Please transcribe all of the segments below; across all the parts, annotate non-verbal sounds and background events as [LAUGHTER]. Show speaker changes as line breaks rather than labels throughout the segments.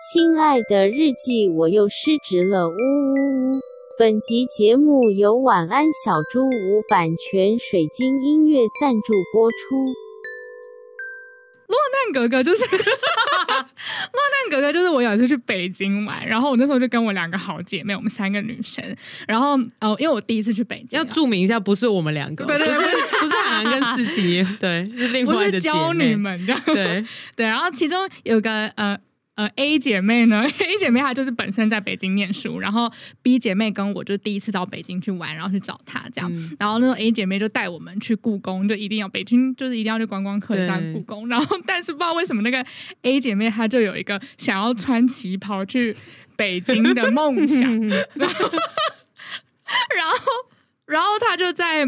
亲爱的日记，我又失职了，呜呜呜！本集节目由晚安小猪屋版权水晶音乐赞助播出。
[LAUGHS] 蛋格格就是落难格格就是我有一次去北京玩，然后我那时候就跟我两个好姐妹，我们三个女生，然后哦，因为我第一次去北京
要
啊，
注明一下，不是我们两个，哦
对对对
不是不是韩寒跟四
[LAUGHS]
琪，对，是另
不
外
是
的姐
娇女
妹。
们这样，
对，
[LAUGHS] 对，然后其中有个呃呃 A 姐妹呢，A 姐妹她就是本身在北京念书，然后 B 姐妹跟我就第一次到北京去玩，然后去找她这样。
嗯
然后那种 A 姐妹就带我们去故宫，就一定要北京，就是一定要去观光客一下
对
故宫。然后，但是不知道为什么那个 A 姐妹她就有一个想要穿旗袍去北京的梦
[LAUGHS]
想，然后，然后她就在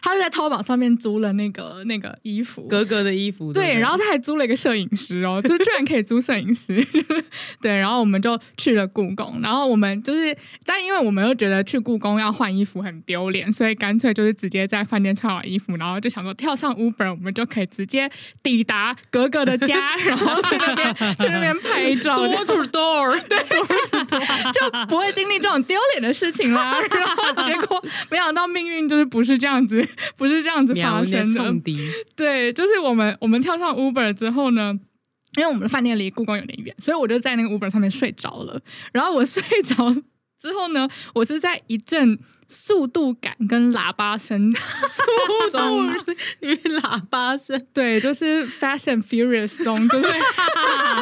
她就在淘宝上面租了那个那个衣服，
格格的衣服。
对，然后他还租了一个摄影师哦，就居然可以租摄影师。 [LAUGHS] 对，然后我们就去了故宫，然后我们就是，但因为我们又觉得去故宫要换衣服很丢脸，所以干脆就是直接在饭店穿好衣服，然后就想说跳上 Uber，我们就可以直接抵达格格的家， [LAUGHS] 然后去那边去那边拍照，
door to
[LAUGHS]
door，对，
就不会经历这种丢脸的事情啦。 [LAUGHS] 然后结果没想到命运就是不是这样子，不是这样子
秒
发
年
生的。
冲敌，
对，就是我们我们跳上 Uber 之后呢，因为我们的饭店离故宫有点远，所以我就在那个 Uber 上面睡着了。然后我 [LAUGHS] 睡着之后呢，我是在一阵速度感跟喇叭
[LAUGHS]
声中，
因为喇叭声，
对，就是 Fast and Furious 中，就是 [LAUGHS]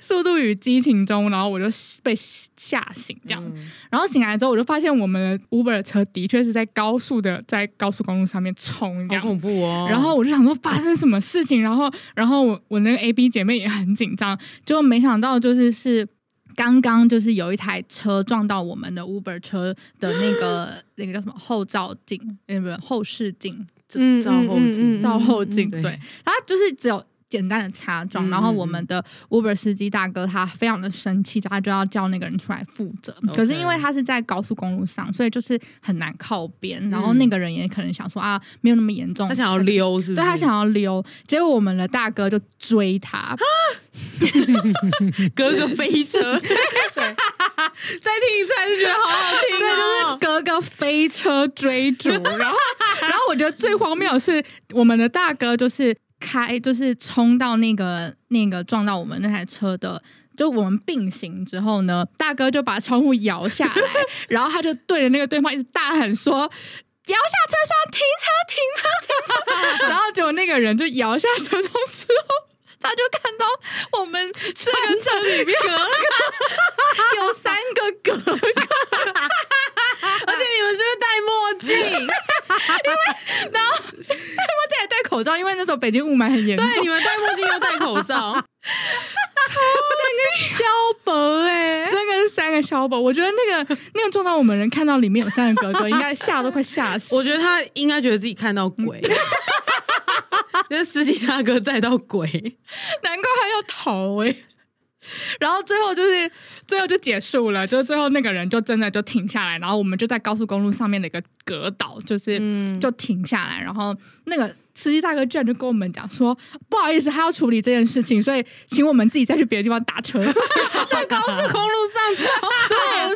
速度与激情中，然后我就被吓醒这样。
嗯
然后醒来之后，我就发现我们的 Uber 车的确是在高速的在高速公路上面冲
好
这样。
恐怖哦。
然后我就想说发生什么事情，然后然后我我那个 A B 姐妹也很紧张，结果没想到就是是刚刚就是有一台车撞到我们的 Uber 车的那个 [GASPS] 那个叫什么后照镜，那个后视镜
嗯照后
嗯嗯嗯
镜，
嗯
照后镜，
对
对，它就是只有。简单的擦撞，
嗯
然后
嗯
我们的 Uber 司机大哥他非常的生气，他就要叫那个人出来负责。
OK
可是因为他是在高速公路上，所以就是很难靠边。然后
嗯
那个人也可能想说啊，没有那么严重，
他想要溜，是不是？
对他想要溜，结果我们的大哥就追他，
格格飞
[LAUGHS]
车，对，再听一次还是觉得好好
对，
听
就
哦
是。格格飞车追逐，然后然后我觉得最荒谬的是我们的大哥就是开就是冲到那个那个撞到我们那台车的。就我们并行之后呢，大哥就把窗户摇下来，然后他就对着那个对方一直大喊说：“摇下车窗，停车，停车，停 [LAUGHS] 车！”然后结果那个人就摇下车窗之后，他就看到我们这个车里面 [LAUGHS] 有三个格格，
而且你们是不是戴墨镜？
然后我戴也戴口罩，因为那时候北京雾霾很严重。
对，你们戴墨镜又戴口罩，超那个肖博哎，
真的是三个小宝，我觉得那个那个撞到我们人看到里面有三个格格，应该吓都快吓死。
我觉得他应该觉得自己看到鬼。那司机大哥载到鬼，
难怪他要逃哎、然后最后就是最后就结束了，就是最后那个人就真的就停下来，然后我们就在高速公路上面的一个隔岛，就是、
嗯
就停下来，然后那个司机大哥居然就跟我们讲说，不好意思，他要处理这件事情，所以请我们自己再去别的地方打车。
在高速公路上载，好笑。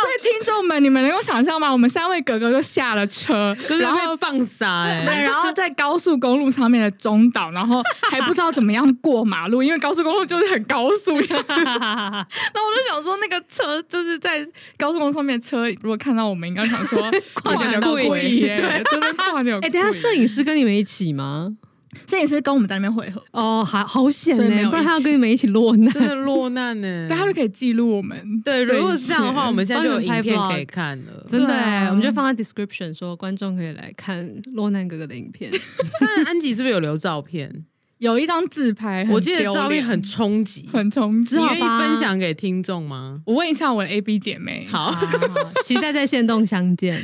所以听众们，你们能够想象吗？我们三位哥哥都下了车，
哥
然
哥 [LAUGHS]
后
被。棒杀哎、
对，然后在高速公路上面的中岛，
[LAUGHS]
然后还不知道怎么样过马路，因为高速公路就是很高速。
[LAUGHS]
然后我就想说，那个车就是在高速公路上面的车，如果看到我们，应该想
[LAUGHS]
说
跨
点
点贵
贵耶，
对
真的跨点贵。
哎，等一下，摄影师跟你们一起吗？
摄影师跟我们在那边汇合，
哦，还好险
所以没有
呢，不然他
一
要
起
跟你们一起 [LAUGHS] 落难。
真的落难
[LAUGHS]
呢、
但他就可以记录我们。
对，如果是这样的
对
话，我们现在就有
帮你们
影
拍
片
vlog
可以看了。
真的
对啊
欸，我们就放在 description 说观众可以来看落难哥哥的影
[LAUGHS]
片。
但安吉是不是有留照片？
有一张自拍，很
我记得
丢
照片
脸
很冲击，
很冲击
你
好。吧
愿意分享给听众吗？
我问一下我的 A B 姐妹，
好，
啊 [LAUGHS] 期待在线动相见。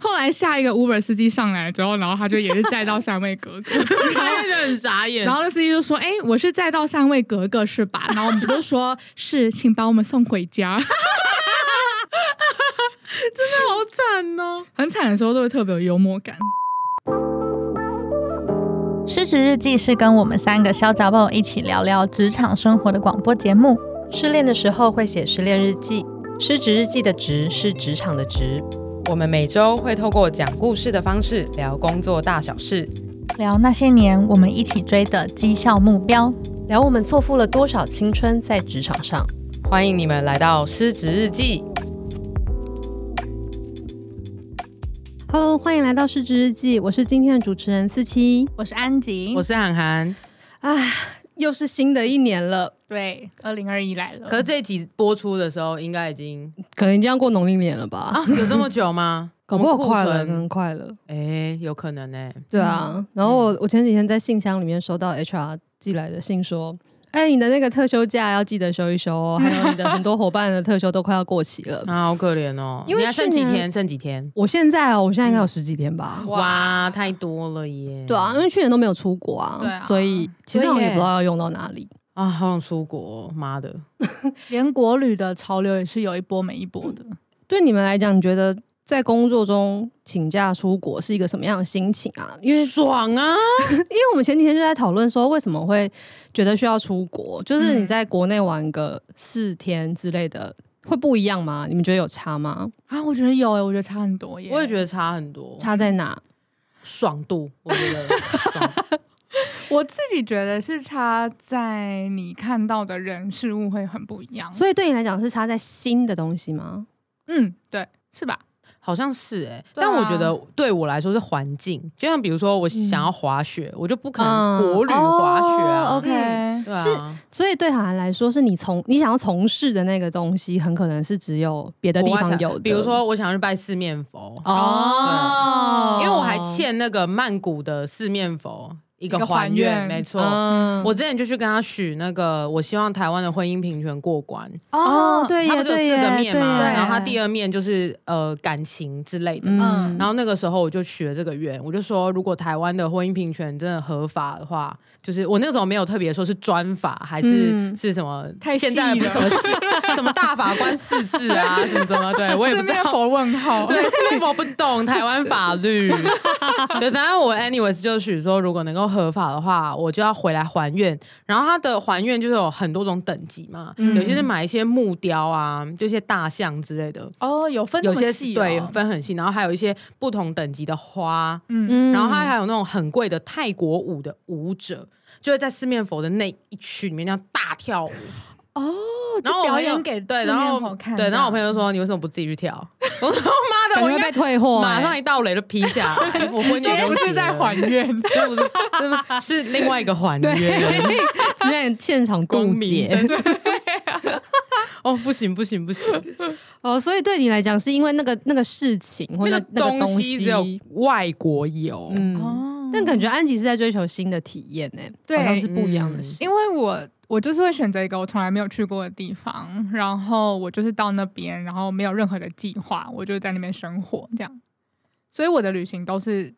后来下一个 Uber 司机上来之后，然后他就也是载到三位格
[LAUGHS]
格，
他就很傻眼
然。后那司机就说：“哎、我是载到三位格格是吧？”然后我们就说：“是，请把我们送回家。 [LAUGHS]
真的好惨哦！”
很惨的时候都会特别有幽默感。
失职日记是跟我们三个小杂宝一起聊聊职场生活的广播节目。
[LAUGHS] 失恋的时候会写失恋日记，失职日记的职是职场的职。
我们每周会透过讲故事的方式聊工作大小事，
聊那些年我们一起追的绩效目标。
聊我们错付了多少青春在职场上。
欢迎你们来到失职日记。
Hello，欢迎来到失职日记，我是今天的主持人思琪。
我是安
嗯
吉，
我是涵涵，
唉，又是新的一年了，
对，二零二一来
嗯
了。
可是这一集播出的时候，应该已
[LAUGHS]
经
可能这样过农历年了吧？
啊，有这么久吗？
[LAUGHS] 搞不好快
我
了，
们
可
库存
能快了。
哎、有可能哎、
对啊，然后我我前几天在信箱里面收到 HR 寄来的信说。哎，你的那个特休假要记得休一休 [LAUGHS] 哦，还有你的很多伙伴的特休都快要过期了。
啊，好可怜哦、
因为
你还剩几
去年
天？剩几天？
我现在哦，我现在应该有十几天吧。
哇，太多了耶！
对啊，因为去年都没有出国
对
啊，
啊
所以其实
对
我也
耶
不知道要用到哪里。
啊，好想出国哦，妈的！
连国旅的潮流也是有一波没一波的。
对你们来讲，你觉得在工作中请假出国是一个什么样的心情啊？因为
爽啊！
因为我们前几天就在讨论说，为什么会觉得需要出国，就是你在国内玩个四天之类的，会不一样吗？你们觉得有差吗？
啊，我觉得有诶、我觉得差很多耶。
我也觉得差很多，
差在哪？
爽度，我觉
[LAUGHS]
得爽
我自己觉得是差在你看到的人事物会很不一样。
所以对你来讲是差在新的东西吗？
嗯，对，是吧？
好像是哎、
对啊
但我觉得对我来说是环境，就像比如说我
嗯
想要滑雪，我就不可能国旅滑雪啊。
哦 OK，、
对啊，
所以对韩寒来说，是你从你想要从事的那个东西，很可能是只有别的地
国外
方
才
有的，
比如说我想要去拜四面佛，
哦，
因为我还欠那个曼谷的四面佛一个
一个
还
还
愿，
愿
没错。
嗯
我之前就去跟他许那个，我希望台湾的婚姻平权过关。
哦，对
他
耶，
不是有
对耶，
四个面嘛，
对耶
然后他第二面就是呃感情之类的。
嗯，
然后那个时候我就许了这个愿，我就说，如果台湾的婚姻平权真的合法的话，就是我那个时候没有特别说是专法还是、
嗯
是什么，
太
现在
细
不
了
是什么事 [LAUGHS] 什么大法官释字啊，什么什么，对我也不
四
知
面
道。
佛问号。
[LAUGHS] 对，是因为我不懂台湾法律。
[LAUGHS]
对，反正我 anyways 就许说，如果能够合法的话，我就要回来还愿。然后它的还愿就是有很多种等级嘛，
嗯
有些是买一些木雕啊，就一些大象之类的。
哦，有分
有
那么
些是
细、哦、
对分很细，然后还有一些不同等级的花，
嗯，
嗯
然后它还有那种很贵的泰国舞的舞者，就会在四面佛的那一区里面那样大跳舞。
哦， [LAUGHS]
然
就
后我
表
朋友
演给
对，
四
然
面
后
佛看
对，然后我
这
朋
样
友说：“你为什么不自己去跳？”我说：“妈的，
感
我
觉
应
被
该
退货欸，
马上一道雷就劈下来，我
直 [LAUGHS]
婚
接
就
不是在还
还， [LAUGHS]
愿，
这不是这是另外一个还愿。”
[LAUGHS] 直接现场
光
渡
明
劫
[LAUGHS] 哦，不行不行不行，
哦，所以对你来讲，是因为那个那个事情或
那
者
个
那个
东西只有外国有，
嗯，
哦
但感觉安吉是在追求新的体验呢，
对
好嗯像是不一样的事。
因为我我就是会选择一个我从来没有去过的地方，然后我就是到那边，然后没有任何的计划，我就在那边生活这样。所以我的旅行都是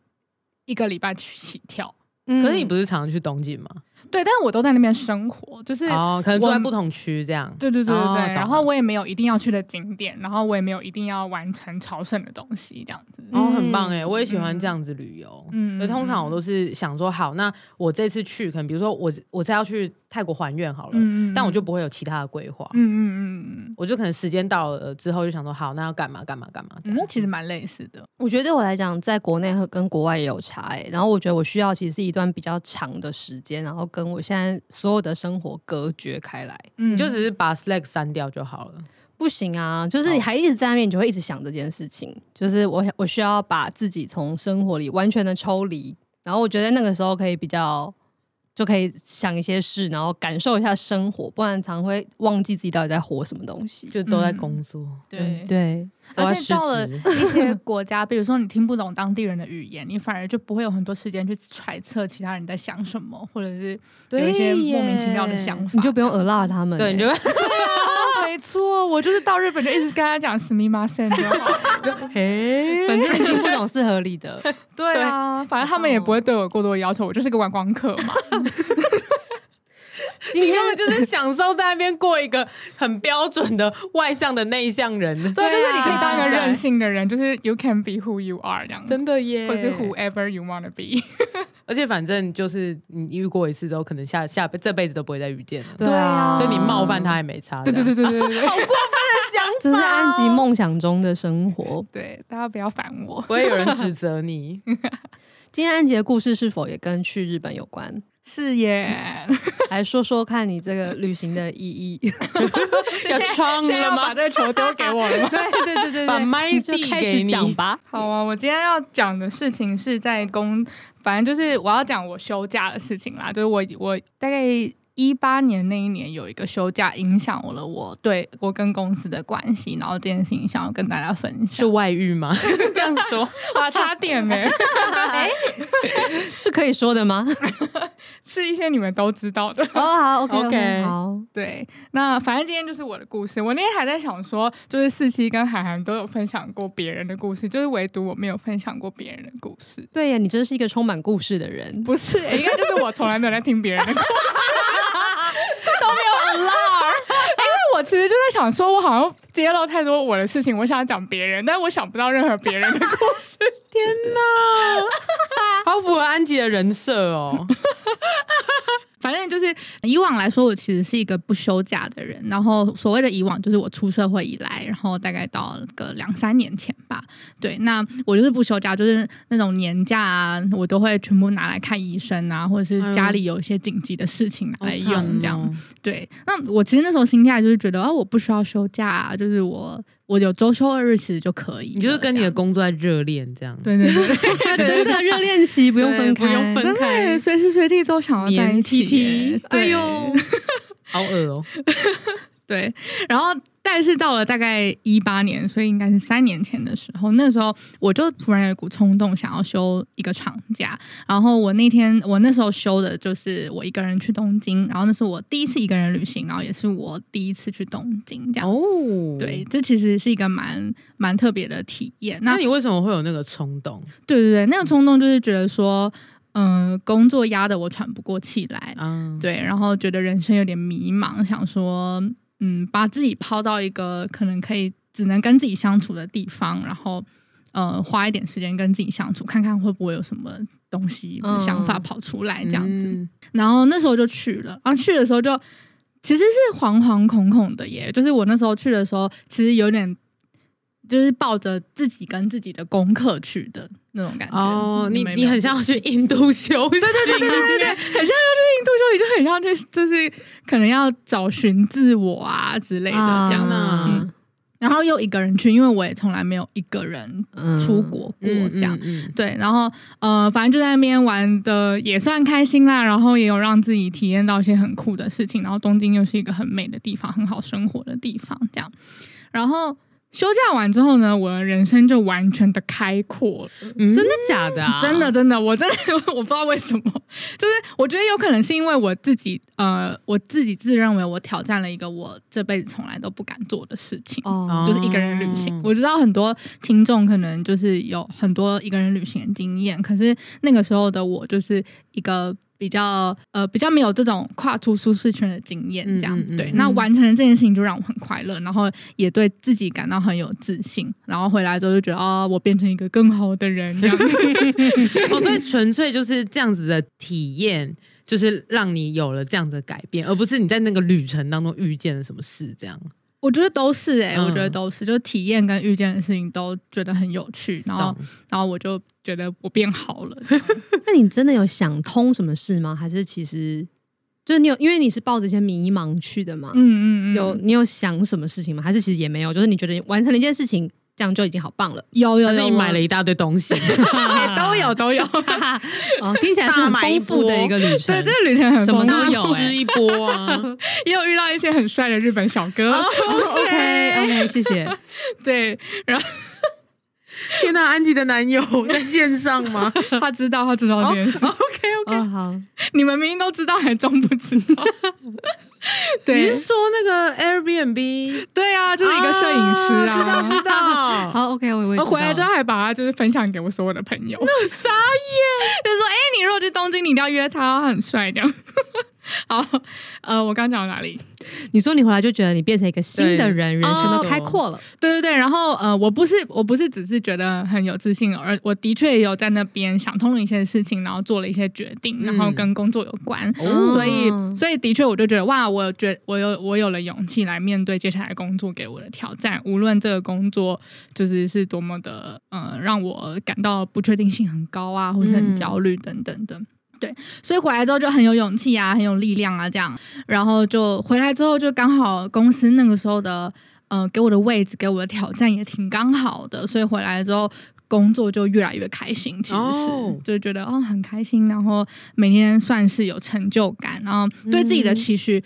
一个礼拜起跳，
嗯
可是你不是常常去东京吗？
对，但是我都在那边生活，就是。
哦，可能住在
我
不同区这样。
对对对对
哦
对，
懂
然后
了
我也没有一定要去的景点，然后我也没有一定要完成朝圣的东西，这样子。
哦，很棒哎，我也喜欢
嗯
这样子旅游。
嗯
所以通常我都是想说，好，那我这次去，可能比如说我我再要去泰国还愿好了，
嗯
但我就不会有其他的规划。
嗯嗯嗯
我就可能时间到了之后就想说，好，那要干嘛干嘛干嘛。
嗯，
这样
那其实蛮类似的。
我觉得对我来讲，在国内和跟国外也有差哎。然后我觉得我需要其实是一段比较长的时间，然后跟我现在所有的生活隔绝开来。
嗯
你就只是把 Slack 删掉就好了。
不行啊，就是你还一直在那边，你就会一直想这件事情。就是我我需要把自己从生活里完全的抽离，然后我觉得那个时候可以比较就可以想一些事，然后感受一下生活，不然常会忘记自己到底在活什么东西。嗯
就都
嗯
在工作，
[LAUGHS] 对
对，
都在
而
失
且到了
职
一些国家，比如说你听不懂当地人的语言，你反而就不会有很多时间去揣测其他人在想什么，或者 [LAUGHS] 是有一些
对耶
莫名其妙的想法。
你就不用讹辣他们、
对，你就会
[LAUGHS] 啊，没错，我就是到日本就一直跟他讲 s m i m a s e n 就好 [LAUGHS] 了。
反正你听不懂是合理的。
对啊，反正他们也不会对我有过多的要求，我就是个观光客嘛。
今天就是享受在那边过一个很标准的外向的内向人，
对，啊就是你可以当一个
对
任性的人，就是 you can be who you are 这样子，
真的耶！
或是欸 whoever you wanna be。
而且反正就是你遇过一次之后，可能下下辈这辈子都不会再遇见了，
对啊，
所以你冒犯他也没差。
对对对对对 [LAUGHS] 对对
这是安吉梦想中的生活。
对，大家不要烦我。
不会有人指责你。
嗯
今天安吉的故事是否也跟去日本有关？
是耶，
来说说看你这个旅行的意义。
要
[LAUGHS]
唱
现在
了
要把
吗？
这个球丢给我
[LAUGHS]
了吗？
[LAUGHS] 对对对对
把麦
你就
递
开
给
始
你 [LAUGHS]
讲吧。
好啊，我今天要讲的事情是在公，反正就是我要讲我休假的事情啦。就是我我大概一八年那一年有一个休假，影响我了我对我跟公司的关系，然后这件事情想要跟大家分
是
享。
外
[LAUGHS]
遇吗？这样说，哎
哇，差点欸
[LAUGHS]
呢、
是可以说的吗？
是一些你们都知道的。
[LAUGHS]
[LAUGHS]
哦，好，OK
OK
好，
对，那反正今天就是我的故事。我那天还在想说，就是四七跟涵涵都有分享过别人的故事，就是唯独我没有分享过别人的故事。
对呀，你真是一个充满故事的人。
不 [LAUGHS] 是、应该就是我从来没有在听别人的故事，都没有 allow。因为哎我其实就在想说，我好像揭露太多我的事情，我想讲别人，但我想不到任何别人的故事。
天哪，
啊
好符合安吉的人设哦。
[LAUGHS] 反正就是嗯以往来说，我其实是一个不休假的人。然后所谓的以往，就是我出社会以来，然后大概到个两三年前吧。对，那我就是不休假，就是那种年假啊，我都会全部拿来看医生啊，或者是家里有一些紧急的事情拿来用这样。对，那我其实那时候心态就是觉得，哦，我不需要休假、啊，就是我我有周休二日其实就可以了。
你就是跟你
这
的
样
工作在热恋这样。
对对
[LAUGHS]
对对，
真的热恋期不用
对
分开，
不用分
真
啊
的随时随地都想要在一起
黏 TT
耶。对
哎呦好恶哦、
对，然后但是到了大概一八年，所以应该是三年前的时候，那时候我就突然有一股冲动，想要休一个长假。然后我那天我那时候休的就是我一个人去东京，然后那是我第一次一个人旅行，然后也是我第一次去东京这样。
哦，
对，。这其实是一个蛮蛮特别的体验。那
那你为什么会有那个冲动
对对对，那个冲动就是觉得说，嗯、工作压得我喘不过气来，
啊？
对，然后觉得人生有点迷茫，想说，嗯，把自己抛到一个可能可以只能跟自己相处的地方，然后呃，花一点时间跟自己相处，看看会不会有什么东西、
嗯
想法跑出来这样子。
嗯
然后那时候就去了，然后去的时候就其实是惶惶恐恐的耶，就是我那时候去的时候，其实有点就是抱着自己跟自己的功课去的那种感觉。
哦，你
们有没
你
有
很像要去印度修行，对对对对对
很像要去印度修理，就很像去就是可能要找寻自我啊之类的这样。
啊
嗯然后又一个人去，因为我也从来没有一个人
嗯
出国过这样。
嗯嗯
对，然后呃，反正就在那边玩的也算开心啦，然后也有让自己体验到一些很酷的事情。然后东京又是一个很美的地方，很好生活的地方，这样。然后休假完之后呢，我的人生就完全的开阔了。
嗯真的假的
[LAUGHS]
啊？
真的真的，我真的 [LAUGHS] 我不知道为什么，就是我觉得有可能是因为我自己，呃，我自己自认为我挑战了一个我这辈子从来都不敢做的事情。
哦，
就是一个人旅行
哦，
我知道很多听众可能就是有很多一个人旅行的经验，可是那个时候的我就是一个比较呃比较没有这种跨出舒适圈的经验，这样、
嗯嗯嗯
对。
嗯
那完成了这件事情就让我很快乐，然后也对自己感到很有自信，然后回来之后就觉得哦，我变成一个更好的人
[LAUGHS]
这样子。
哦，所以纯粹就是这样子的体验，就是让你有了这样的改变，而不是你在那个旅程当中遇见了什么事这样。
我觉得都是哎、
嗯
我觉得都是，就体验跟遇见的事情都觉得很有趣，然后
懂
然后我就觉得我变好
[LAUGHS]
了，
那你真的有想通什么事吗？还是其实就是你有，因为你是抱着一些迷茫去的嘛？
嗯嗯嗯，
有你有想什么事情吗？还是其实也没有？就是你觉得完成了一件事情，这样就已经好棒了
有有
但是
有
你买了
一
一大堆
[LAUGHS]
东西，
都有都有，
哦，听起来是很丰富的一个旅程
[LAUGHS] 对，这。个旅程很
什么
丰
都
富，
有哎
[LAUGHS] 吃一波
[LAUGHS]
啊！哦
也有遇到一些很帅的日本小哥，
[LAUGHS]
OK OK，谢谢。
对，
[LAUGHS] 天哪，安吉的男友在线上吗
他知道他知道这件事，
？OK
哦，好，
[LAUGHS] 你们明明都知道，还装不知道。
你
[LAUGHS] 对
是说那个 Airbnb
对啊，就是一个摄影师
啊知道
啊。
知 [LAUGHS] 道。
好 OK，我以为
我回来之
知道
后还把他就是分享给我所有的朋友，就
傻
说：“哎、你如果去东京，你一定要约他，他很帅。”这样， [LAUGHS] 好，呃，我刚讲到哪里？
你说你回来就觉得你变成一个新的人，人生都
哦
开阔了。
对对对，然后呃，我不是我不是只是觉得很有自信，而我的确也有在那边想通了一些事情，然后做了一些决定，然后跟工作有关，
哦
所以所以的确我就觉得哇，我有觉我有我有了勇气来面对接下来工作给我的挑战，无论这个工作就是是多么的呃让我感到不确定性很高啊，或是很焦虑等等的。对，所以回来之后就很有勇气啊，很有力量啊，这样。然后就回来之后，就刚好公司那个时候的呃给我的位置，给我的挑战也挺刚好的，所以回来之后工作就越来越开心。其实是、
哦
就觉得哦很开心，然后每天算是有成就感，然后对自己的期许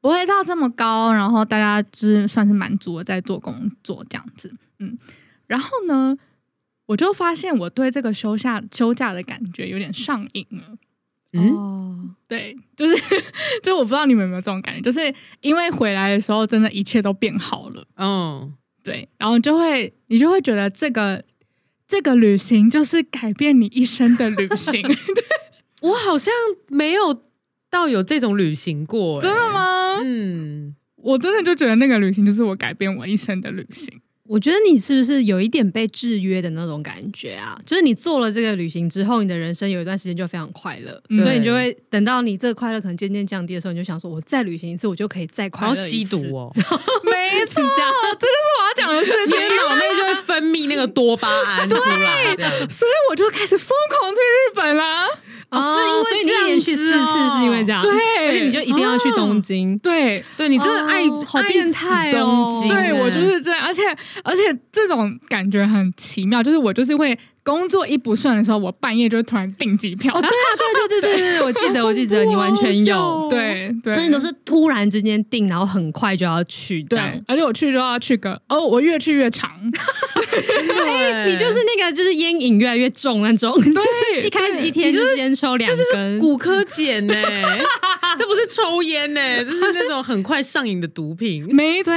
不会到这么高，然后大家就是算是满足的在做工作这样子，嗯，然后呢？我就发现我对这个休假休假的感觉有点上瘾了，
嗯，
哦，
对，就是 [LAUGHS] 就是我不知道你们有没有这种感觉，就是因为回来的时候，真的一切都变好了，
嗯，
对，然后就会你就会觉得这个这个旅行就是改变你一生的旅
[LAUGHS]
行，
我好像没有到有这种旅行过、欸
真的？吗？
嗯，
我真的就觉得那个旅行就是我改变我一生的旅
[LAUGHS]
行，
我觉得你是不是有一点被制约的那种感觉啊？就是你做了这个旅行之后，你的人生有一段时间就非常快乐，
嗯
所以你就会等到你这个快乐可能渐渐降低的时候，你就想说，我再旅行一次，我就可以再快
好
乐
像
一次
吸毒。 [LAUGHS] 哦，
没错，这就是我要讲的事
你
情。
的脑内就会分泌那个多巴胺出来，这样
所以我就开始疯狂去日本啦，
哦，
是
所以
因为
你一年去四
这样子哦
次是因为这样，
对
而且你就一定要去东京，
对，
对你真的爱、
哦好
爱死
变态哦
东京
对我
欸
就是这样，而且而且这种感觉很奇妙，就是我就是会工作一不顺的时候，我半夜就会突然订机 [LAUGHS] 票，
对对对对对，我记得我记得哦你完全有，
哦对对，
而且都是突然之间定，然后很快就要去这
对
样。，
而且我去就要去个哦，我越去越
[LAUGHS]
长，
对
你就是那个，就是烟瘾越来越重那种， [LAUGHS] 就是一开始一天就是先抽两根，
骨科碱 [LAUGHS] 呢、这不是抽烟呢、这是那种很快上瘾的毒品。
没
啊
错，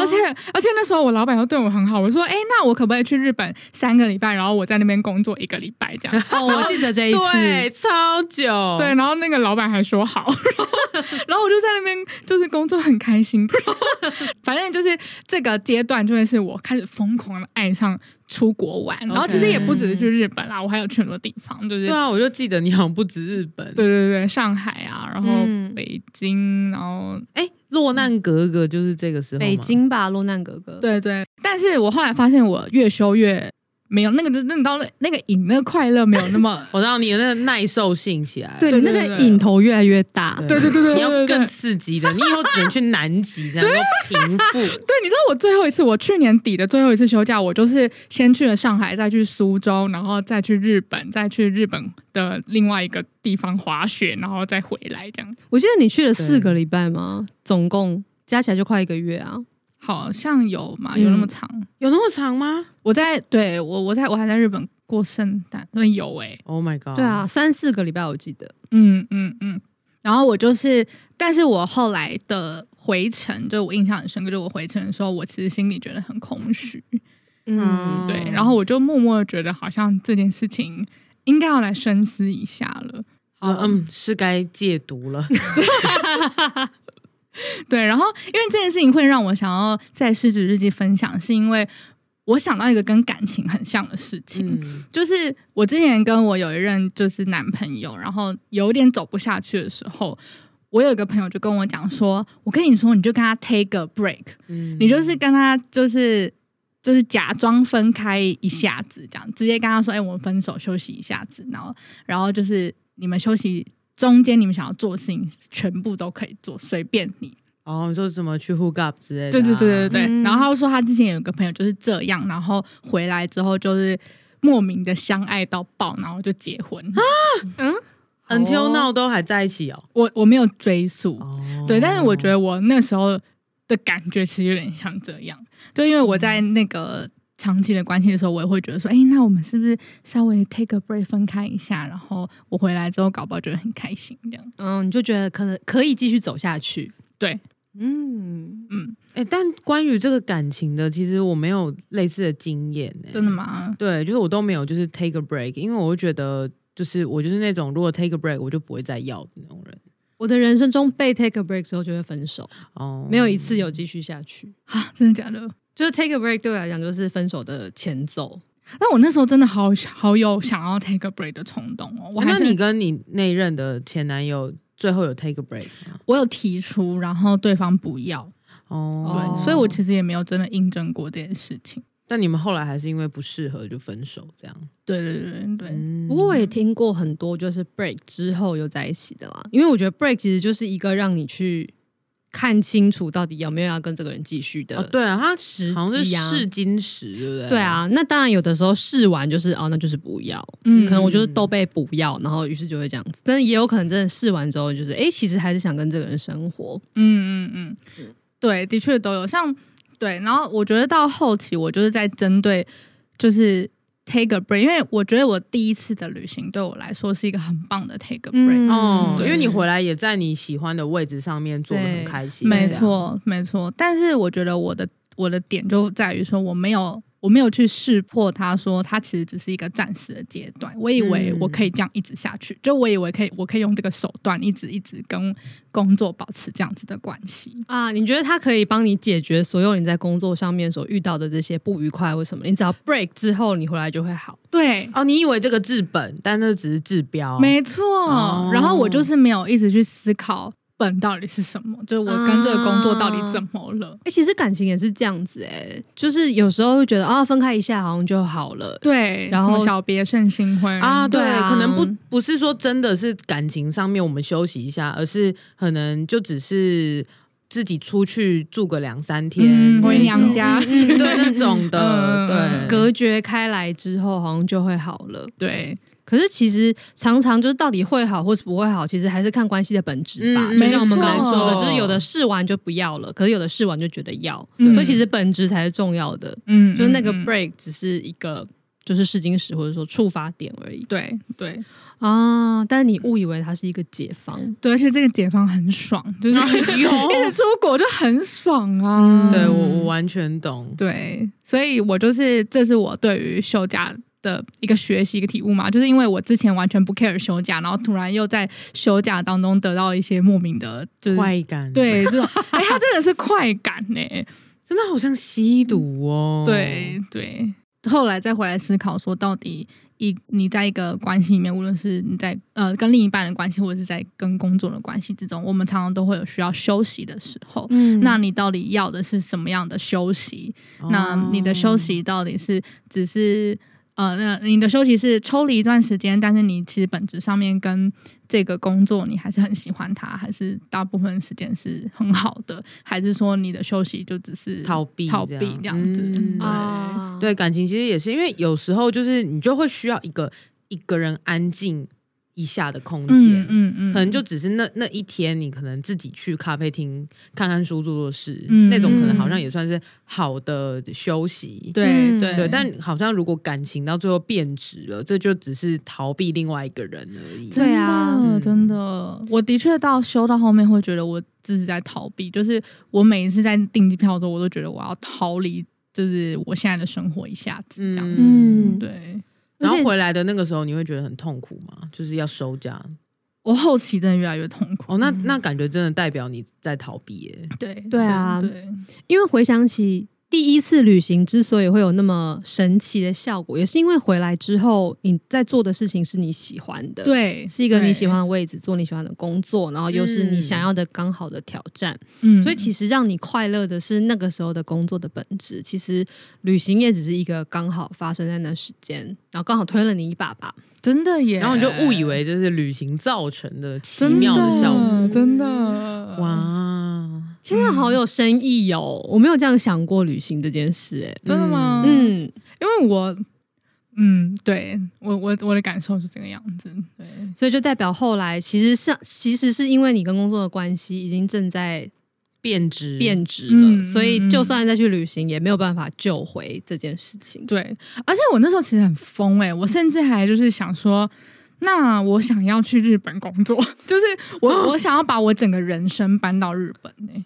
而且而且那时候我老板又对我很好，我说哎，那我可不可以去日本三个礼拜，然后我在那边工作一个礼拜这样？
[LAUGHS] 哦，我记得这一次，
对，超久。
对，，然后那个老板还说好， [LAUGHS] 然后然后我就在那边就是工作很开心， [LAUGHS] 然后反正就是这个阶段就会是我开始疯狂的爱上出国玩，然后其实也不只是去日本啦，我还有去很多地方，就是
对啊，我就记得你好像不止日本。
对，对对，上海啊，然后
嗯
北京，然后
哎、落难格格就是这个时候吗。，
北京吧，落难哥哥，
对对，但是我后来发现我越修越没有那个，那你到那那个瘾，那个快乐没有那么
我让你的那个耐受性起来。
对
对
你
对
那个
对
瘾头越来越大，
对对对对对对对，
你要更
对
刺激的，你以后只能去南
[LAUGHS]
极才能够平复。
对，你知道我最后一次，我去年底的最后一次休假，我就是先去了上海，再去苏州，然后再去日本，再去日本的另外一个地方滑雪，然后再回来，这样
我记得你去了四个礼拜吗？总共加起来就快一个月啊！
好像有嘛？有那么
嗯
长？
有那么长吗
我在对我我在我还在日本过圣诞，所以有诶、
？Oh my god！
对啊，，三四个礼拜我记得。
嗯嗯嗯。然后我就是，但是我后来的回程，就我印象很深刻，就我回程的时候，我其实心里觉得很空虚，
嗯
对，然后我就默默地觉得好像这件事情应该要来深思一下了。
嗯嗯，是该戒
[LAUGHS]
毒了。
对，然后因为这件事情会让我想要在失职日记分享，是因为我想到一个跟感情很像的事情，
嗯，
就是我之前跟我有一任就是男朋友，然后有点走不下去的时候，我有一个朋友就跟我讲说，我跟你说，你就跟他 take a break，
嗯
你就是跟他就是就是假装分开一下子，这样直接跟他说：“哎、我们分手，休息一下子。”然后，然后就是你们休息中间，你们想要做的事情全部都可以做，随便你。
哦，你说怎么去 hook up 之类的、啊？
对对对对对。
嗯
然后他就说他之前有一个朋友就是这样，然后回来之后就是莫名的相爱到爆，然后就结婚。哦
，until now 都还在一起哦。
我我没有追溯，
哦
对，但是我觉得我那时候的感觉其实有点像这样，就因为我在
嗯
那个长期的关系的时候，我也会觉得说，哎、那我们是不是稍微 take a break 分开一下，然后我回来之后搞不好觉得很开心这样。
嗯，你就觉得可能可以继续走下去。
对，
嗯，
嗯，
哎、但关于这个感情的，其实我没有类似的经验、欸。
真的？吗？ [LAUGHS]
对，就是我都没有，就是 take a break，因为我会觉得，就是我就是那种如果 take a break，我就不会再要的那种人。
我的人生中被 take a break 之后就会分手，
哦
没有一次有继续下去。
啊，真的假的？
就是 take a break 对我来讲就是分手的前奏。
那我那时候真的好好有想要 take a break 的冲动哦。我还
哎那
是
你跟你那一任的前男友最后有 take a break 吗？
我有提出，然后对方不要，对，
哦，
所以我其实也没有真的印证过这件事情。
但你们后来还是因为不适合就分手这样。
对对对对对，
嗯
不过我也听过很多就是 break 之后又在一起的啦，因为我觉得 break 其实就是一个让你去看清楚到底有没有要跟这个人继续的。
哦，对啊，他
时
好像是
机啊
试金石，对不对？
对，啊，那当然有的时候试完就是哦，那就是不要，
嗯
可能我就是都被不要，然后于是就会这样子。但是也有可能真的试完之后，就是哎、诶其实还是想跟这个人生活。
嗯嗯嗯，对，的确都有。像对，然后我觉得到后期，我就是在针对就是 take a break，因为我觉得我第一次的旅行对我来说是一个很棒的 take a break。嗯
哦，因
对
为你回来也在你喜欢的位置上面坐的很
对
开心，
没
这样，
错，没错。但是我觉得我的我的点就在于说，我没有我没有去识破他说他其实只是一个暂时的阶段。我以为我可以这样一直下去，就我以为可以，我可以用这个手段一直一直跟工作保持这样子的关系。
啊，你觉得他可以帮你解决所有你在工作上面所遇到的这些不愉快或什么？你只要 break 之后，你回来就会好。
对，
哦，你以为这个治本，但那只是治标，
没错，
哦
然后我就是没有一直去思考本到底是什么，就是我跟这个工作到底怎么了。
哎、其实感情也是这样子哎、诶就是有时候会觉得啊，分开一下好像就好了。
对，
然后
什么小别胜新婚
啊，对，
对啊
可能不不是说真的是感情上面我们休息一下，而是可能就只是自己出去住个两三天，
嗯，回
那
娘
种
家，
[LAUGHS] 对那种的，
嗯嗯嗯
对，
隔绝开来之后，好像就会好了。
对，
可是其实常常就是到底会好或是不会好，其实还是看关系的本质吧。
嗯
就像我们
没错
刚才说的，就是有的试完就不要了，可是有的试完就觉得要，
嗯
所以其实本质才是重要的。
嗯，
就是那个
嗯嗯
break 只是一个就是试金石或者说触发点而已
对对
啊，但是你误以为它是一个解放。
对，而且这个解放很爽，就是
[LAUGHS]
[LAUGHS] 一直出国就很爽啊。
哎嗯
对我我完全懂，
对，所以我就是这是我对于休假的一个学习一个体悟嘛，就是因为我之前完全不 care 休假，然后突然又在休假当中得到一些莫名的，就是
快感，，
对，这种哎、他真的是快感呢、
真的好像吸毒哦，
对对。后来再回来思考，说到底一你在一个关系里面，无论是你在呃跟另一半的关系，或者是在跟工作的关系之中，我们常常都会有需要休息的时候。
嗯
那你到底要的是什么样的休息？
哦，
那你的休息到底是只是呃，那你的休息是抽离一段时间，但是你其实本质上面跟这个工作你还是很喜欢它，还是大部分时间是很好的，还是说你的休息就只是
逃避
逃
这
避
样
这样子？
嗯
对、
啊，
对感情其实也是，因为有时候就是你就会需要一个一个人安静一下的空间
嗯，嗯嗯，
可能就只是那那一天，你可能自己去咖啡厅看看书、做做事，
嗯
那种可能好像也算是好的休息。
对
嗯
对
对，但好像如果感情到最后变质了，这就只是逃避另外一个人而已。
真
对啊
的
嗯
真的，我的确到修到后面会觉得我自己在逃避，就是我每一次在订机票的时候，我都觉得我要逃离，就是我现在的生活一下子这样子。
嗯，
对
然后回来的那个时候，你会觉得很痛苦吗？就是要收假
我后期真的越来越痛苦。
哦，那那感觉真的代表你在逃避耶。
对
对啊
对
因为回想起第一次旅行之所以会有那么神奇的效果，也是因为回来之后你在做的事情是你喜欢的，，
对，
是一个你
对
喜欢，的位置，做你喜欢的工作，然后又是
嗯
你想要的刚好的挑战。
嗯，
所以其实让你快乐的是那个时候的工作的本质，其实旅行也只是一个刚好发生在那时间，然后刚好推了你一把吧。
真的耶，
然后你就误以为这是旅行造成的奇
真
妙的效果，
真的哇，
哇！
天
嗯
啊，好有深意哦！我没有这样想过旅行这件事、哎，
真的吗？嗯，
嗯，
因为我。嗯，对我我我的感受是这个样子，对，
所以就代表后来其实是其实是因为你跟工作的关系已经正在
变质，
变质了，
嗯
所以
嗯
就算再去旅行也没有办法救回这件事情。
对，而且我那时候其实很疯哎、我甚至还就是想说，那我想要去日本工作， [LAUGHS] 就是
[GASPS]
我、我想要把我整个人生搬到日本哎、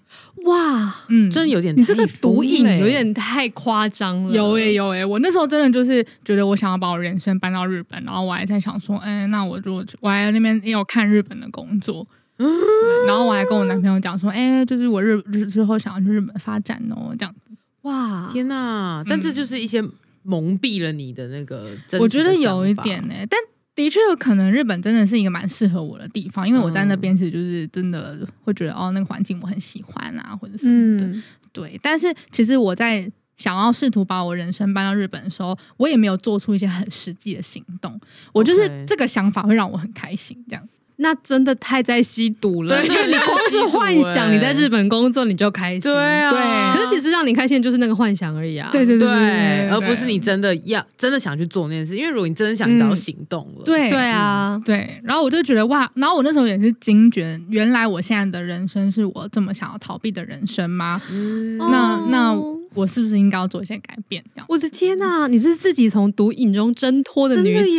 哇，
嗯，
真的有点
你这个
太疯
毒瘾
了欸耶
有点太夸张
嗯
了，
有诶、有诶、欸我那时候真的就是觉得我想要把我人生搬到日本，然后我还在想说，哎、那我如果我还在那边也有看日本的工作，
嗯
对然后我还跟我男朋友讲说，哎、就是我日日之后想要去日本发展哦，这样。
哇，
天哪！
嗯
但这就是一些蒙蔽了你的那个真实的想法，
我觉得有一点呢、但的确有可能日本真的是一个蛮适合我的地方，因为我在
嗯
那边其实就是真的会觉得、哦，那个环境我很喜欢啊，或者什么的。
嗯，
对，但是其实我在想要试图把我人生搬到日本的时候，我也没有做出一些很实际的行动。我就是
OK
这个想法会让我很开心，这样。
那真的太在吸毒了，
对
[LAUGHS] 因为你光是幻想你在日本工作你就开心，
对啊，
可是其实让你开心的就是那个幻想而已啊。
对对对
对，而不是你真的要真的想去做那件事，因为如果你真的想，你早就行动
嗯
了。
对
对啊，
对，然后我就觉得哇，然后我那时候也是惊觉，原来我现在的人生是我这么想要逃避的人生吗？
嗯，
那那
哦
我是不是应该要做一些改变？这样
我的天呐，你是自己从毒瘾中挣脱的
真
女
的
子、欸，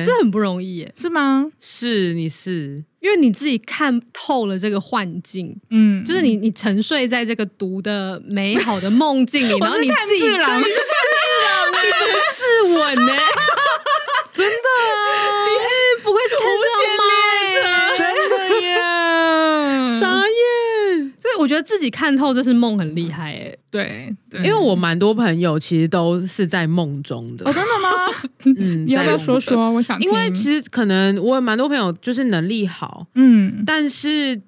耶，
这很不容易耶、
是吗？
是你是
因为你自己看透了这个幻境，
嗯，
就是你你沉睡在这个毒的美好的梦境里，
[LAUGHS] 我
然后
是
你
看
自己
自然，
自刎
[LAUGHS]
呢、真的啊，不愧是天上猫、欸，
真的
[LAUGHS]
耶，
傻眼，
对，我觉得自己看透这是梦很厉害哎、
对对，
因为我蛮多朋友其实都是在梦中的
哦，真，的吗？
[LAUGHS] 嗯，
你要不要
在
说说？我想
因
听，
为其实可能我有蛮多朋友就是能力好，
嗯
但是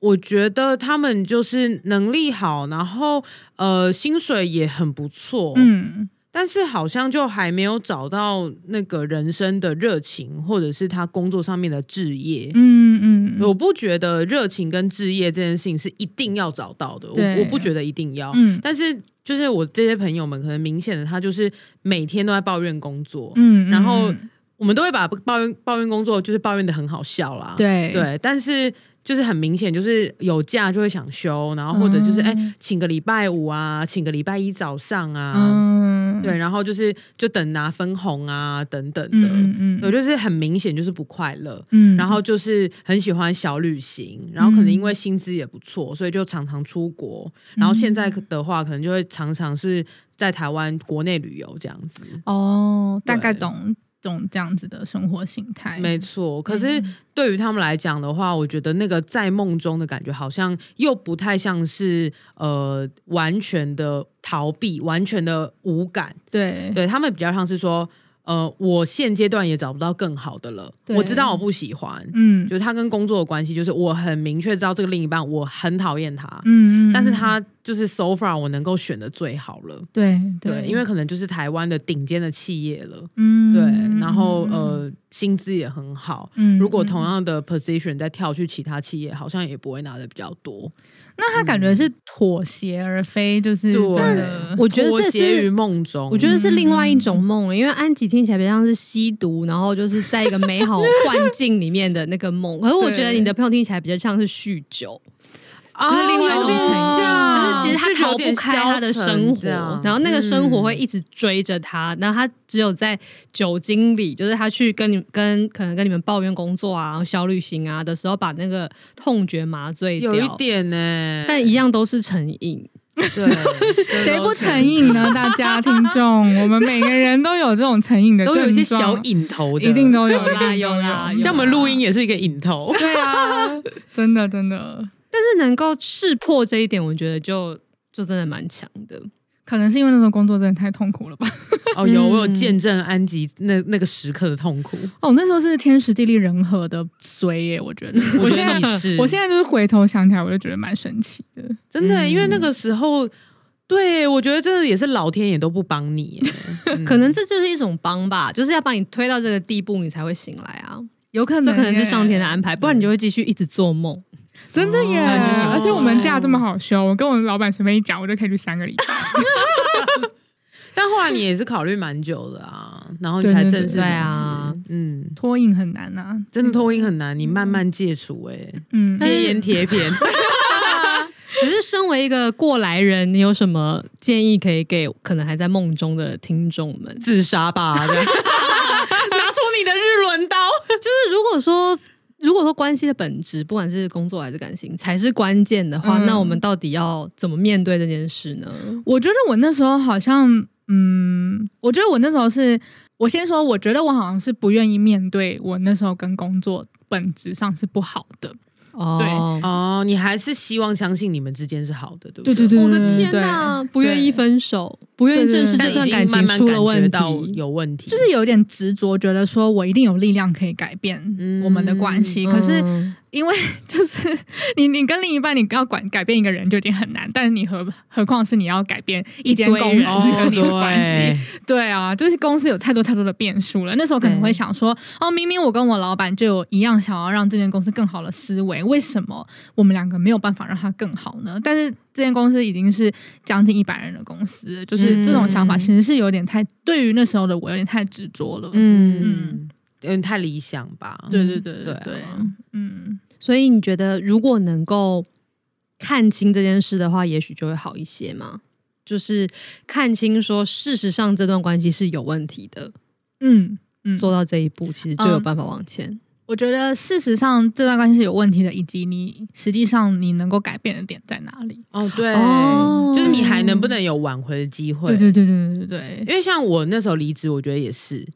我觉得他们就是能力好，然后呃薪水也很不错，
嗯
但是好像就还没有找到那个人生的热情，或者是他工作上面的置业。
嗯嗯，
我不觉得热情跟置业这件事情是一定要找到的，我
对
我不觉得一定要。
嗯
但是就是我这些朋友们，可能明显的他就是每天都在抱怨工作，
嗯，
然后
嗯
我们都会把抱怨抱怨工作就是抱怨的很好笑啦，
啊对
对，但是就是很明显，就是有假就会想休，然后或者
嗯
就是哎、请个礼拜五啊，请个礼拜一早上啊，
嗯
对，然后就是就等拿分红啊等等的，
嗯嗯
我就是很明显就是不快乐。
嗯，
然后就是很喜欢小旅行，然后可能因为薪资也不
嗯
错，所以就常常出国。然后现在的话，可能就会常常是在台湾国内旅游这样子。
哦，大概
对
懂懂这样子的生活形态，
没错，可是
嗯
对于他们来讲的话，我觉得那个在梦中的感觉，好像又不太像是呃完全的逃避，完全的无感。
对
对他们比较像是说，呃，我现阶段也找不到更好的了，
对
我知道我不喜欢，
嗯
就是他跟工作的关系，就是我很明确知道这个另一半我很讨厌他，
嗯嗯，
但是
嗯
他就是 so far 我能够选的最好了。
对
对，因为可能就是台湾的顶尖的企业了，
嗯
对，然后呃，薪资也很好，
嗯
如果同
嗯
样的 position 再跳去其他企业，好像也不会拿的比较多。
那他
嗯
感觉是妥协而非，就是真的
我觉得
妥
这
协于
是。
梦中，
我觉得是另外一种梦、欸因为安吉听起来比较像是吸毒，然后就是在一个美好幻境里面的那个梦。可是我觉得你的朋友听起来比较像是酗酒，
啊
就是另外一种
有点
成瘾
像
就是其实他
有
逃
点
不开他的
消
生
沉
活
这样，
然后那个生活会
嗯
一直追着他，然后他只有在酒精里，就是他去跟你跟可能跟你们抱怨工作啊、然后小旅行啊的时候，把那个痛觉麻醉掉。
有一，点呢、
但一样都是成瘾。
对，
[LAUGHS]
谁不成瘾呢？大家听众，我们每个人都有这种成瘾的，
都有一些小，瘾头的，
一定都有，
有啦
一
[LAUGHS]
定都
有啦有
像我们录音也是一个瘾头，
对啊，真的真的，
但是能够识破这一点，我觉得就就真的蛮强的。
可能是因为那时候工作真的太痛苦了吧。
[LAUGHS] 哦，有我有见证安吉那那个时刻的痛苦，
哦，那时候是天时地利人和的衰耶，我觉得。
我觉
现在
得你是，
我现在就是回头想起来，我就觉得蛮神奇的。
真的、因为那个时候，对我觉得真的也是老天爷都不帮你 [LAUGHS] 耶、嗯
可能这就是一种帮吧，就是要把你推到这个地步，你才会醒来啊。
有可能
这
耶，
可能是上天的安排，不然你就会继续一直做梦。
真的耶！
那就行
而且我们假这么好休，我跟我老板随便一讲，我就可以去三个礼拜。
但后来你也是考虑蛮久的啊，然后你
对
才
对
正
对
式
对
离
啊
职嗯，
脱瘾很难啊，
真的脱音很难，你慢慢戒除哎、
嗯，
戒烟贴 [LAUGHS] 片。
[LAUGHS] 可是，身为一个过来人，你有什么建议可以给可能还在梦中的听众们？就
自杀
[LAUGHS]
吧，这样 [LAUGHS] 拿出你的日轮刀。
是如果说，如果说关系的本质，不管是工作还是感情，才是关键的话，
嗯
那我们到底要怎么面对这件事呢？
我觉得我那时候好像，嗯，我觉得我那时候是，我先说，我觉得我好像是不愿意面对我那时候跟工作本质上是不好的，
哦，
[LAUGHS] 哦，你还是希望相信你们之间是好的，对不
对对对，
我的
对
天
对
哪，不愿意分手，不愿
对
意
对
正
对
视这
但
段
已
感
经慢
情
慢
出了
感觉
问
到
题。
有问题，
就是有一点执着，觉得说我一定有力量可以改变
嗯
我们的关系。可是
嗯
因为 [LAUGHS] 就是你，你跟另一半你要管改变一个人就已经很难，但是你何何况是你要改变一间
一堆
公司
哦
人
跟你的关系？
对
对啊，就是公司有太多太多的变数了。那时候可能会想说，哦，明明我跟我老板就有一样想要让这间公司更好的思维，为什么我们两个没有办法让它更好呢？但是这间公司已经是将近一百人的公司了，就是这种想法其实是有点太，对于那时候的我有点太执着了。嗯，
嗯，有点太理想吧？
对对对对
对
对
啊，
嗯，
所以你觉得，如果能够看清这件事的话，也许就会好一些吗？就是看清说，事实上这段关系是有问题的，
嗯嗯，
做到这一步，其实就有
嗯
办法往前。
我觉得事实上这段关系是有问题的，以及你实际上你能够改变的点在哪里？
哦对
哦，
就是你还能不能有挽回的机会？
嗯对对对对对对
因为像我那时候离职，我觉得也是，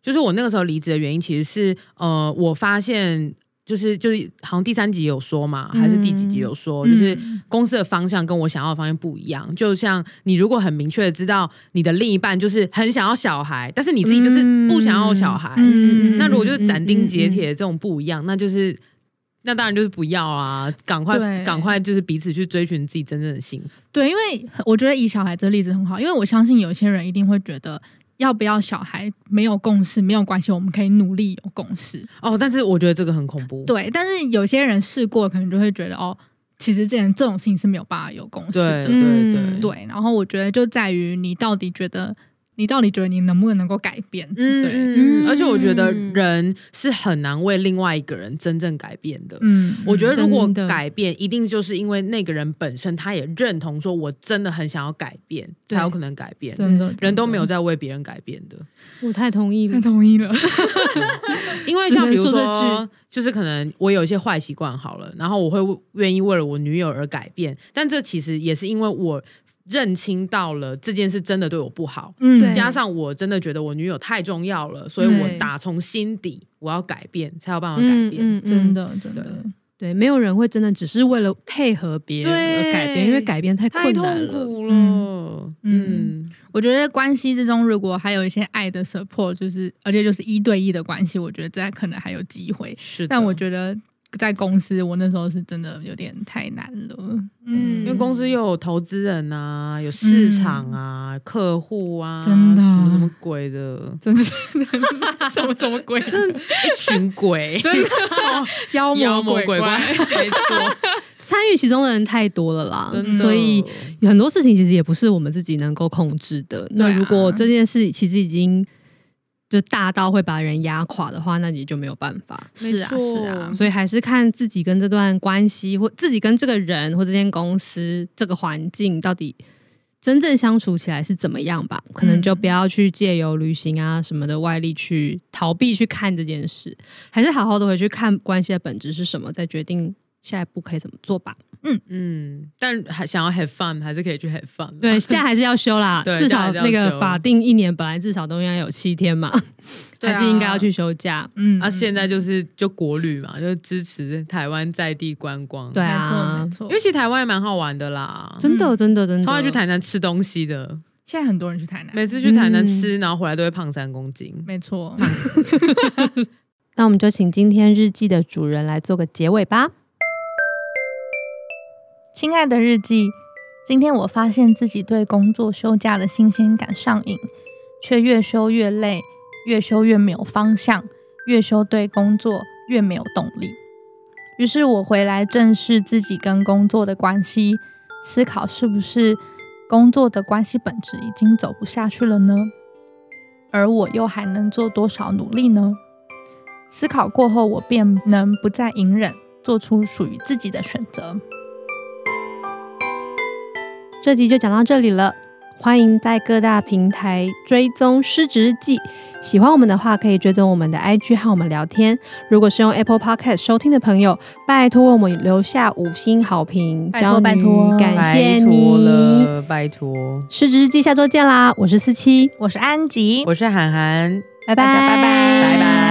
就是我那个时候离职的原因，其实是呃，我发现就是就是好像第三集有说嘛，还是第几集有说，
嗯
就是公司的方向跟我想要的方向不一样。就像你如果很明确的知道你的另一半就是很想要小孩，但是你自己就是不想要小孩，
嗯
那如果就是斩钉截铁这种不一样，那就是。那当然就是不要啊！赶快
对
赶快，就是彼此去追寻自己真正的幸福。
嗯对，因为我觉得以小孩这个例子很好，因为我相信有些人一定会觉得。要不要小孩没有共识没有关系，我们可以努力有共识。
哦，但是我觉得这个很恐怖。
对，但是有些人试过，可能就会觉得哦，其实这件这种事情是没有办法有共识
对
的。
对对
嗯
对，然后我觉得就在于你到底觉得，你到底觉得你能不能够改变？对，
嗯，嗯，而且我觉得
嗯
人是很难为另外一个人真正改变的。
嗯，
我觉得如果
真的
改变，一定就是因为那个人本身他也认同，说我真的很想要改变，
对
才有可能改变。
真的
人都没有
在，
在为别人改变的，
我太同
[LAUGHS]
意
太
了，
同意了。
因为
只
像
能
比如
说这
说，就是可能我有一些坏习惯好了，然后我会愿意为了我女友而改变，但这其实也是因为我认清到了这件事真的对我不好，
嗯
对
加上我真的觉得我女友太重要了，所以我
对
打从心底我要改变，才有办法改变。
真，的真
对
的，
嗯对，没有人会真的只是为了配合别人而改变，
对
因为改变太
太
困难
痛
了。
苦了，嗯，
嗯我觉得关系之中如果还有一些爱的 support，就是而且就是一对一的关系，我觉得这可能还有机会。
是的。
但我觉得在公司，我那时候是真的有点太难了。嗯，
因为公司又有投资人啊，有市场啊，客户啊，
真的，
什么什么鬼的
真的是什么什么鬼， [LAUGHS] 真的
一群鬼，
真的妖
[LAUGHS] 妖
魔
魔鬼怪
怪。，
没错，
参与其中的人太多了啦
真，的。
所以很多事情其实也不是我们自己能够控制的。
对
那
啊
如果这件事其实已经就大到会把人压垮的话，那你就没有办法。
是啊
没错
是啊，
所以还是看自己跟这段关系，或自己跟这个人或这间公司、这个环境到底真正相处起来是怎么样吧。可能就不要去借由旅行啊什么的外力去逃避去看这件事，还是好好的回去看关系的本质是什么，再决定下一步可以怎么做吧。
嗯，但还想要 have fun，还是可以去 have fun 啊。，
对，现在还是要休啦
对现
至少
在还
那
是要休
个法定一年本来至少都应该有七天嘛，
对啊
还是应该要去休假。
嗯，
啊，现在就是就国旅嘛，就是支持台湾在地观光。
对
没错
啊
没，错，
因为其实台湾也蛮好玩的啦，
真的真的真的，
超爱去台南吃东西的。
现在很多人去台南，
每次去台南吃，然后回来都会胖三公斤。
没错，
那我们就请今天日记的主人来做个结尾吧。
亲爱的日记，今天我发现自己对工作休假的新鲜感上瘾，却越休越累，越休越没有方向，越休对工作越没有动力。于是我回来正视自己跟工作的关系，思考是不是工作的关系本质已经走不下去了呢？而我又还能做多少努力呢？思考过后，我便能不再隐忍，做出属于自己的选择。
这集就讲到这里了，欢迎在各大平台追踪《失职日记》。喜欢我们的话，可以追踪我们的 IG 和我们聊天。如果是用 Apple Podcast 收听的朋友，拜托为我们留下五星好评，
拜托拜托
娇女感谢
拜托
你。
了，拜托。
失职日记下周见啦！我是思七，
我是安吉，
我是涵涵，
拜拜，拜拜，
拜拜。